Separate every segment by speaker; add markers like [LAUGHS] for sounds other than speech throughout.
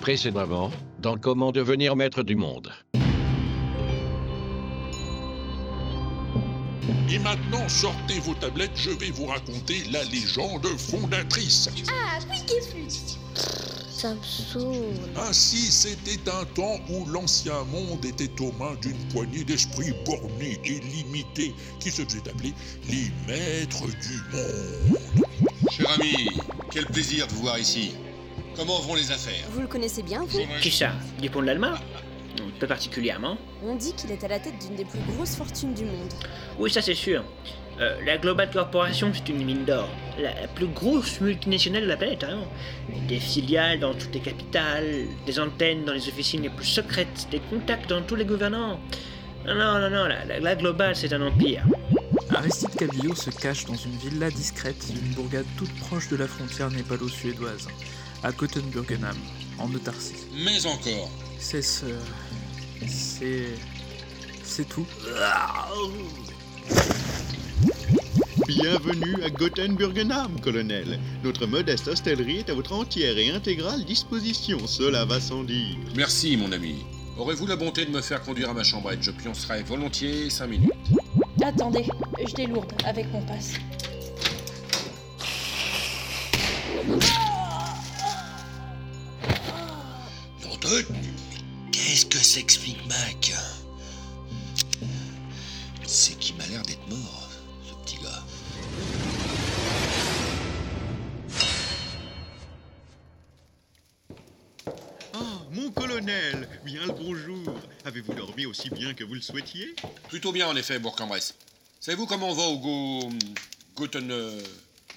Speaker 1: précédemment dans Comment devenir maître du monde.
Speaker 2: Et maintenant, sortez vos tablettes, je vais vous raconter la légende fondatrice.
Speaker 3: Ah, quick et flûte
Speaker 4: Ça me saoule.
Speaker 2: Ainsi, c'était un temps où l'ancien monde était aux mains d'une poignée d'esprits bornés et limités qui se faisaient appeler les maîtres du monde.
Speaker 5: Cher ami, quel plaisir de vous voir ici. Comment vont les affaires
Speaker 6: Vous le connaissez bien, vous
Speaker 7: Qui ça Du pont de l'Allemagne Pas particulièrement.
Speaker 6: On dit qu'il est à la tête d'une des plus grosses fortunes du monde.
Speaker 7: Oui, ça c'est sûr. Euh, la Global Corporation, c'est une mine d'or. La, la plus grosse multinationale de la planète, vraiment. Des filiales dans toutes les capitales, des antennes dans les officines les plus secrètes, des contacts dans tous les gouvernants. Non, non, non, non, la, la- la Global, c'est un empire.
Speaker 8: Aristide Cabillo se cache dans une villa discrète d'une bourgade toute proche de la frontière népalo-suédoise, à Göttenburgenham, en autarcie.
Speaker 5: Mais encore,
Speaker 8: C'est ce. C'est. C'est tout.
Speaker 9: Bienvenue à Gothenburgenham, colonel. Notre modeste hostellerie est à votre entière et intégrale disposition, cela va sans dire.
Speaker 5: merci mon ami. Aurez-vous la bonté de me faire conduire à ma chambrette Je pioncerai volontiers 5 minutes.
Speaker 10: Attendez, je les lourde avec mon passe.
Speaker 11: Qu'est-ce que c'est que ce Big Mac C'est qui m'a l'air d'être mort, ce petit gars.
Speaker 9: Ah, mon colonel, bien le bonjour. Avez-vous dormi aussi bien que vous le souhaitiez
Speaker 5: Plutôt bien en effet, Bourg-en-Bresse. Savez-vous comment on va au Go... Goten... euh,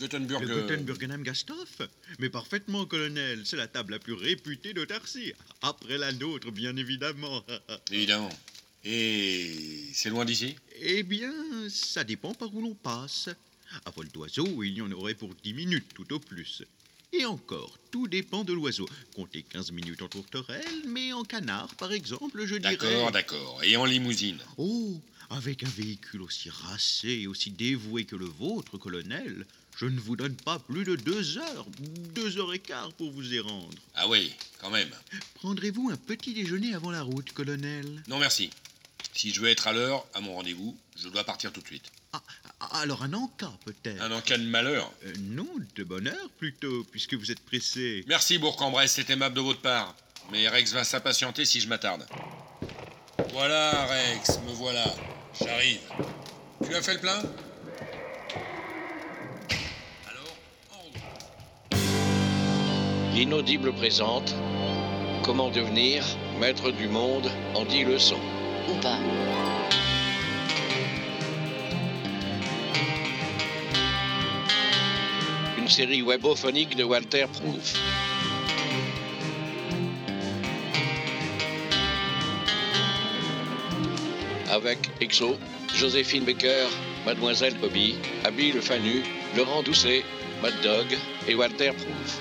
Speaker 5: Gothenburg...
Speaker 9: Le
Speaker 5: euh,
Speaker 9: Gothenburgenham Gastoff Mais parfaitement, colonel, c'est la table la plus réputée d'autarcie. Après la nôtre, bien évidemment. [LAUGHS]
Speaker 5: Évidemment. Et c'est loin d'ici
Speaker 9: eh bien, ça dépend par où l'on passe. À vol d'oiseau, il y en aurait pour 10 minutes tout au plus. Et encore, tout dépend de l'oiseau. Comptez 15 minutes en tourterelle, mais en canard, par exemple, je dirais.
Speaker 5: D'accord, d'accord. Et en limousine
Speaker 9: Oh, avec un véhicule aussi racé et aussi dévoué que le vôtre, colonel, je ne vous donne pas plus de deux heures, deux heures et quart pour vous y rendre.
Speaker 5: Ah oui, quand même.
Speaker 9: Prendrez-vous un petit déjeuner avant la route, colonel
Speaker 5: Non merci. Si je veux être à l'heure, à mon rendez-vous, je dois partir tout de suite.
Speaker 9: Ah, Alors un encas, peut-être
Speaker 5: Un en cas de malheur.
Speaker 9: Euh, Non, de bonheur plutôt, puisque vous êtes pressé.
Speaker 5: Merci Bourg-en-Bresse, c'est aimable de votre part. Mais Rex va s'impatienter si je m'attarde. Voilà Rex, me voilà. J'arrive. Tu as fait le plein Alors, en route.
Speaker 1: L'inaudible présente Comment devenir maître du monde en 10 leçons.
Speaker 12: Ou pas.
Speaker 1: Une série webophonique de Walter Proof. Avec Exo, Joséphine Baker, Mademoiselle Bobby, Abby Le Fanu, Laurent Doucet, Mad Dog et Walter Proof.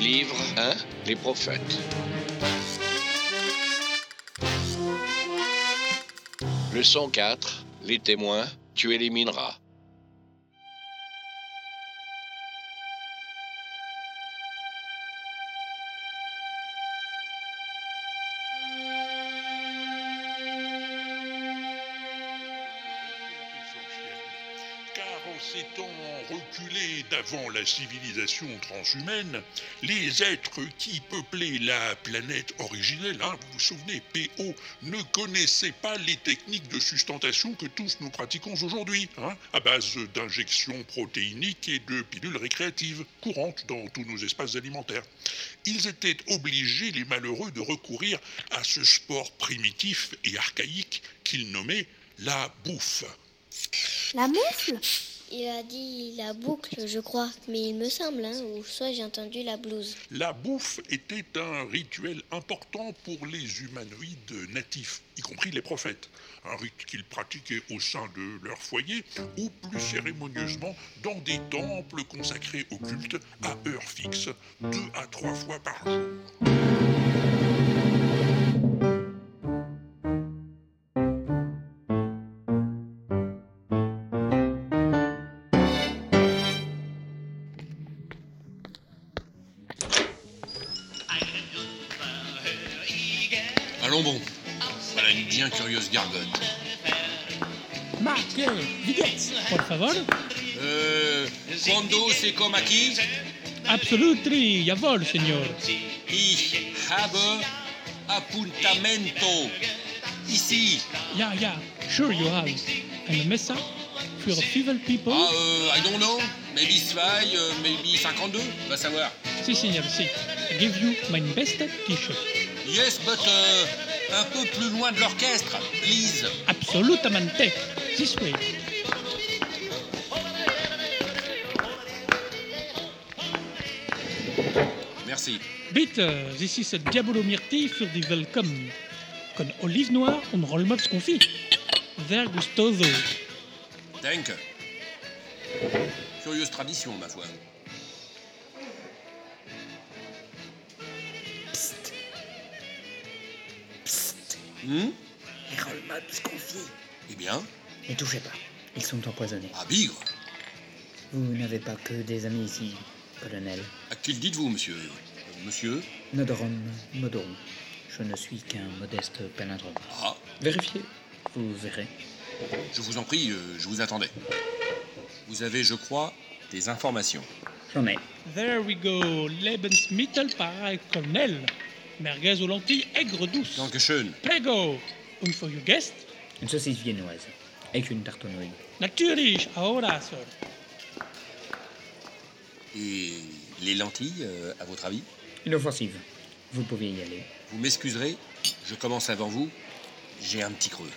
Speaker 1: Livre 1, Les prophètes. Leçon 4, les témoins, tu élimineras.
Speaker 2: essentiel. Car en s'étant reculés d'avant la civilisation transhumaine, les êtres qui peuplaient la planète originelle, hein, vous vous souvenez, PO, ne connaissaient pas les techniques de sustentation que tous nous pratiquons aujourd'hui, hein, à base d'injections protéiniques et de pilules récréatives, courantes dans tous nos espaces alimentaires. Ils étaient obligés, les malheureux, de recourir à ce sport primitif et archaïque qu'ils nommaient la bouffe.
Speaker 3: La moufle
Speaker 4: Il a dit la boucle, je crois, mais il me semble, hein, ou soit j'ai entendu la blouse.
Speaker 2: La bouffe était un rituel important pour les humanoïdes natifs, y compris les prophètes. Un rite qu'ils pratiquaient au sein de leur foyer ou plus cérémonieusement dans des temples consacrés au culte à heure fixe, deux à trois fois par jour.
Speaker 5: a une bien curieuse gargote.
Speaker 12: Marc, euh, Vidette, por favor.
Speaker 5: Euh. Quando c'est comme à qui
Speaker 12: Absolutri, javor, señor.
Speaker 5: I have appuntamento. Ici.
Speaker 12: Yeah, yeah, sure you have. And a mesa for feeble people.
Speaker 5: Ah, euh, I don't know. Maybe Svay, euh, maybe 52, va savoir.
Speaker 12: Si, señor, si. I give you my best t-shirt.
Speaker 5: Yes, but euh, un peu plus loin de l'orchestre, please.
Speaker 12: Absolutamente. This way.
Speaker 5: Merci.
Speaker 12: Bitte, this is a euh, Diabolo Mirti für die Welcome. Con olive noire und Rollmops confit. Ver gustoso.
Speaker 5: Thank. Curieuse tradition, ma foi. Hmm
Speaker 13: Les rollmops confits.
Speaker 5: Eh bien,
Speaker 13: Ne touchez pas. Ils sont empoisonnés.
Speaker 5: à Bigre.
Speaker 13: Vous n'avez pas que des amis ici, colonel.
Speaker 5: À qui le dites-vous, monsieur Monsieur
Speaker 13: Nodorum, modorum. Je ne suis qu'un modeste palindrome.
Speaker 5: Ah.
Speaker 13: Vérifiez. Vous verrez.
Speaker 5: Je vous en prie, euh, je vous attendais. Vous avez, je crois, des informations.
Speaker 13: J'en ai.
Speaker 12: There we go. Lebensmittel para Colonel. Merguez aux lentilles aigre douce.
Speaker 5: Dankeschön.
Speaker 12: Prego. Und for your guest,
Speaker 13: Une saucisse viennoise. Avec une tarte aux nouilles.
Speaker 12: natürlich, ahora, sir.
Speaker 5: Et les lentilles, euh, à votre avis
Speaker 13: Inoffensive. Vous pouvez y aller.
Speaker 5: Vous m'excuserez, je commence avant vous. J'ai un petit creux.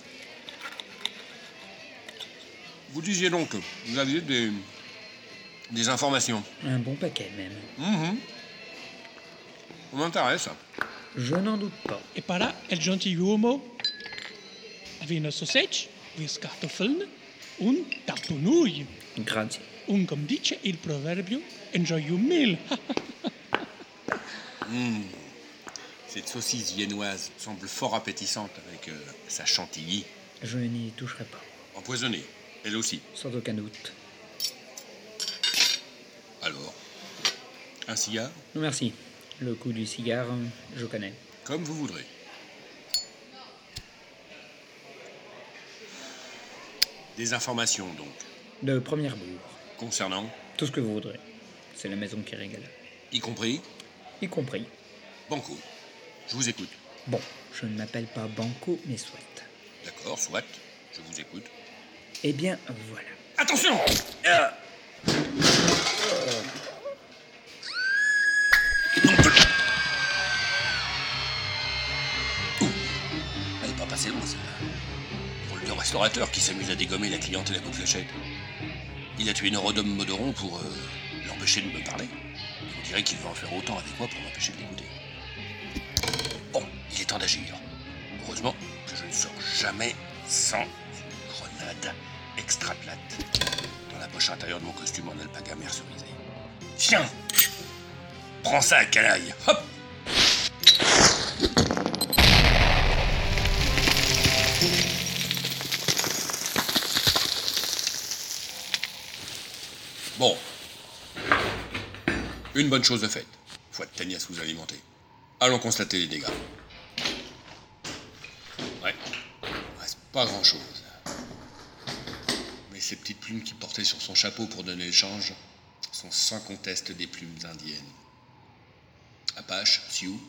Speaker 5: Vous disiez donc que vous aviez des, des informations.
Speaker 13: Un bon paquet, même.
Speaker 5: Mhm. On m'intéresse.
Speaker 13: Je n'en doute pas.
Speaker 12: Et par là, el gentil uomo. Wiener Sausage, Wiener Kartoffeln und Tartunouille.
Speaker 13: Grazie.
Speaker 12: Un comme dice il proverbio, enjoy your meal.
Speaker 5: Hmm. Cette saucisse viennoise semble fort appétissante avec euh, sa chantilly.
Speaker 13: Je n'y toucherai pas.
Speaker 5: Empoisonnée, elle aussi.
Speaker 13: Sans aucun doute.
Speaker 5: Alors Un cigare
Speaker 13: Non, merci. Le coup du cigare, je connais.
Speaker 5: Comme vous voudrez. Des informations donc,
Speaker 13: De première bourre.
Speaker 5: concernant,
Speaker 13: Tout ce que vous voudrez. C'est la maison qui régale.
Speaker 5: y compris,
Speaker 13: Y compris.
Speaker 5: Banco. Je vous écoute.
Speaker 13: Bon, je ne m'appelle pas Banco, mais soit.
Speaker 5: D'accord, soit, je vous écoute.
Speaker 13: Eh bien, voilà.
Speaker 5: Attention Elle est pas passée loin, celle-là. Drôle de restaurateur qui s'amuse à dégommer la clientèle à coups de fléchette. Il a tué Norodom Modoron pour euh, l'empêcher de me parler. On dirait qu'il veut en faire autant avec moi pour m'empêcher de l'écouter. Bon, il est temps d'agir. Heureusement que je ne sors jamais sans une grenade extra plate dans la poche intérieure de mon costume en alpaga mercerisé. Tiens Prends ça, canaille Hop Bon. Une bonne chose de faite. Faut de Tania vous alimenter. Allons constater les dégâts. Ouais. Il reste pas grand chose. Mais ces petites plumes qu'il portait sur son chapeau pour donner le change sont sans conteste des plumes indiennes. Apache, Sioux.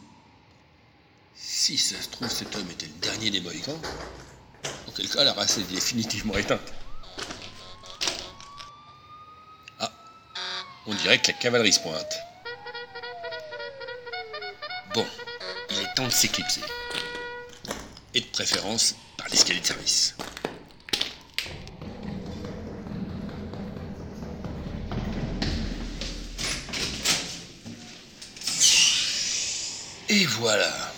Speaker 5: Si ça se trouve, cet homme était le dernier des Mohicans, auquel cas la race est définitivement éteinte. Ah, On dirait que la cavalerie se pointe. Bon, il est temps de s'éclipser. Et de préférence par l'escalier de service. Et voilà.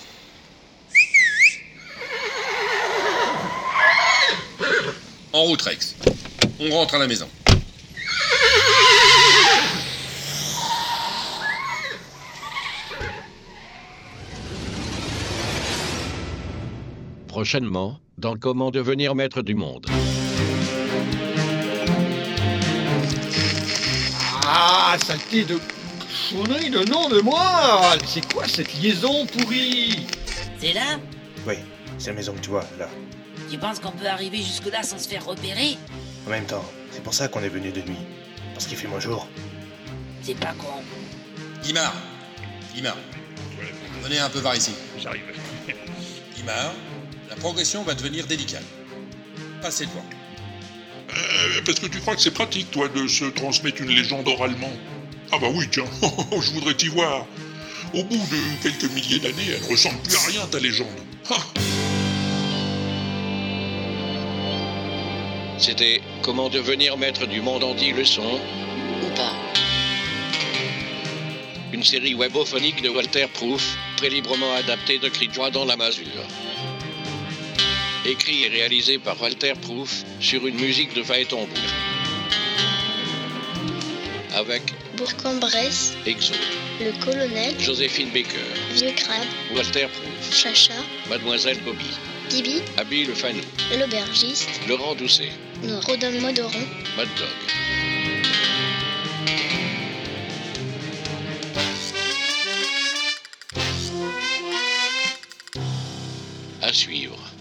Speaker 5: En route, Rex. On rentre à la maison.
Speaker 1: Prochainement, dans Comment devenir maître du monde.
Speaker 14: Ah, saleté de cochonnerie de nom de moi C'est quoi cette liaison pourrie
Speaker 15: C'est là
Speaker 16: Oui,
Speaker 15: la maison que tu vois, là.
Speaker 16: Tu penses qu'on peut arriver jusque-là sans se faire repérer
Speaker 15: En même temps, c'est pour ça qu'on est venu de nuit. Parce qu'il fait moins jour.
Speaker 16: C'est pas con.
Speaker 5: Guimard Guimard Venez un peu par ici.
Speaker 2: J'arrive.
Speaker 5: Guimard, la progression va devenir délicate. Passez devant.
Speaker 2: Euh, parce que tu crois que c'est pratique, toi, de se transmettre une légende oralement. Ah bah oui, tiens, [LAUGHS] je voudrais t'y voir. Au bout de quelques milliers d'années, elle ressemble plus à rien, ta légende.
Speaker 1: C'était Comment devenir maître du monde entier leçon ou pas. Une série webophonique de Walter Proof, très librement adaptée de Cri de joie dans la masure. Écrit et réalisé par Walter Proof sur une musique de Phaéton Avec
Speaker 4: Bourg-en-Bresse,
Speaker 1: Exo,
Speaker 4: le colonel,
Speaker 1: Joséphine Baker,
Speaker 4: Vieux Crabe,
Speaker 1: Walter Proof,
Speaker 4: Chacha,
Speaker 1: Mademoiselle Bobby,
Speaker 4: Bibi,
Speaker 1: Abby Le Fanou,
Speaker 4: l'aubergiste,
Speaker 1: Laurent Doucet,
Speaker 4: nos Rodon Modoron.
Speaker 1: Mad Dog. À suivre.